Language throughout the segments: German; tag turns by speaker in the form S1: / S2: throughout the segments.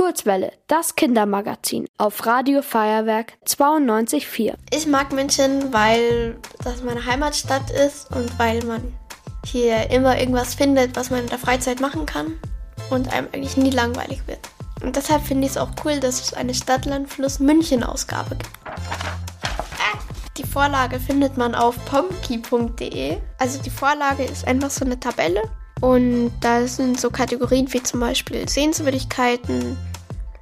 S1: Kurzwelle, das Kindermagazin auf Radio Feuerwerk 92.4.
S2: Ich mag München, weil das meine Heimatstadt ist und weil man hier immer irgendwas findet, was man in der Freizeit machen kann und einem eigentlich nie langweilig wird. Und deshalb finde ich es auch cool, dass es eine Stadtlandfluss München Ausgabe gibt. Ah! Die Vorlage findet man auf pomki.de. Also die Vorlage ist einfach so eine Tabelle und da sind so Kategorien wie zum Beispiel Sehenswürdigkeiten,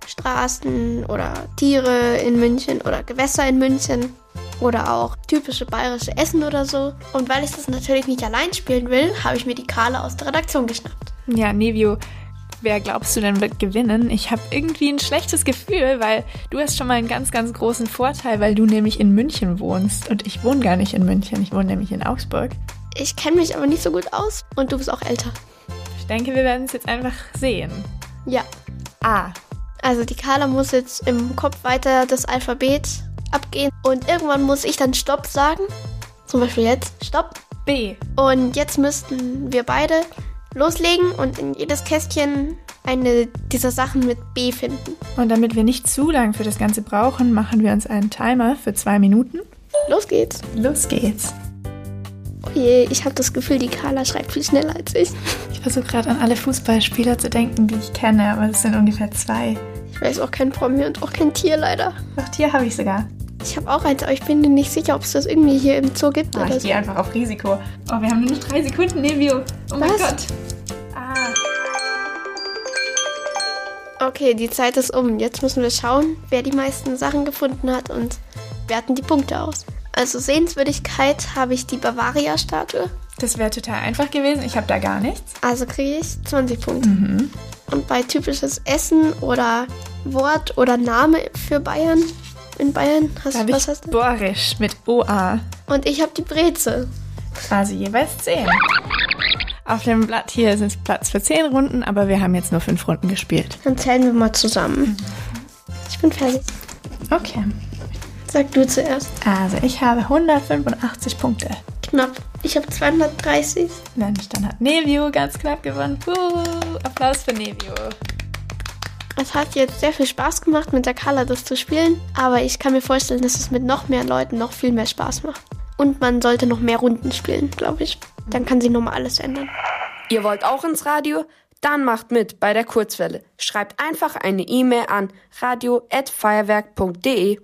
S2: Straßen oder Tiere in München oder Gewässer in München oder auch typische bayerische Essen oder so. Und weil ich das natürlich nicht allein spielen will, habe ich mir die Karle aus der Redaktion geschnappt.
S3: Ja, Nevio, wer glaubst du denn wird gewinnen? Ich habe irgendwie ein schlechtes Gefühl, weil du hast schon mal einen ganz, ganz großen Vorteil, weil du nämlich in München wohnst. Und ich wohne gar nicht in München, ich wohne nämlich in Augsburg.
S2: Ich kenne mich aber nicht so gut aus und du bist auch älter.
S3: Ich denke, wir werden es jetzt einfach sehen.
S2: Ja,
S3: Ah,
S2: also die Carla muss jetzt im Kopf weiter das Alphabet abgehen und irgendwann muss ich dann Stopp sagen. Zum Beispiel jetzt Stopp.
S3: B.
S2: Und jetzt müssten wir beide loslegen und in jedes Kästchen eine dieser Sachen mit B finden.
S3: Und damit wir nicht zu lang für das Ganze brauchen, machen wir uns einen Timer für zwei Minuten.
S2: Los geht's.
S3: Los geht's.
S2: Oh je, ich habe das Gefühl, die Carla schreibt viel schneller als ich.
S3: Ich versuche gerade an alle Fußballspieler zu denken, die ich kenne, aber es sind ungefähr zwei.
S2: Ich weiß auch kein Promi und auch kein Tier leider.
S3: Doch hier habe ich sogar.
S2: Ich habe auch eins, aber ich bin mir nicht sicher, ob es das irgendwie hier im Zoo gibt
S3: Ah,
S2: oder
S3: ich
S2: so.
S3: gehe einfach auf Risiko. Oh, wir haben nur noch drei Sekunden, Nevio. Oh mein
S2: Was?
S3: Gott. Ah,
S2: Okay, die Zeit ist um. Jetzt müssen wir schauen, wer die meisten Sachen gefunden hat und werten die Punkte aus. Also Sehenswürdigkeit habe ich die Bavaria-Statue.
S3: das wäre total einfach gewesen. Ich habe da gar nichts.
S2: Also kriege ich 20 Punkte.
S3: Mhm.
S2: Und bei typisches Essen oder Wort oder Name für Bayern, in Bayern, hast du
S3: Da habe
S2: was hast
S3: ich
S2: du?
S3: Borisch mit OA.
S2: Und ich habe die Breze.
S3: Also jeweils zehn. Auf dem Blatt hier sind Platz für zehn Runden, aber wir haben jetzt nur fünf Runden gespielt.
S2: Dann zählen wir mal zusammen. Ich bin fertig.
S3: Okay.
S2: Sag du zuerst.
S3: Also ich habe 185 Punkte.
S2: Knapp. Ich habe 230.
S3: Mensch, dann hat Nevio ganz knapp gewonnen. Huhu, Applaus für Nevio.
S2: Es hat jetzt sehr viel Spaß gemacht, mit der Carla das zu spielen, aber ich kann mir vorstellen, dass es mit noch mehr Leuten noch viel mehr Spaß macht. Und man sollte noch mehr Runden spielen, glaube ich. Dann kann sie nochmal alles ändern.
S1: Ihr wollt auch ins Radio? Dann macht mit bei der Kurzwelle. Schreibt einfach eine E-Mail an radio@feuerwerk.de.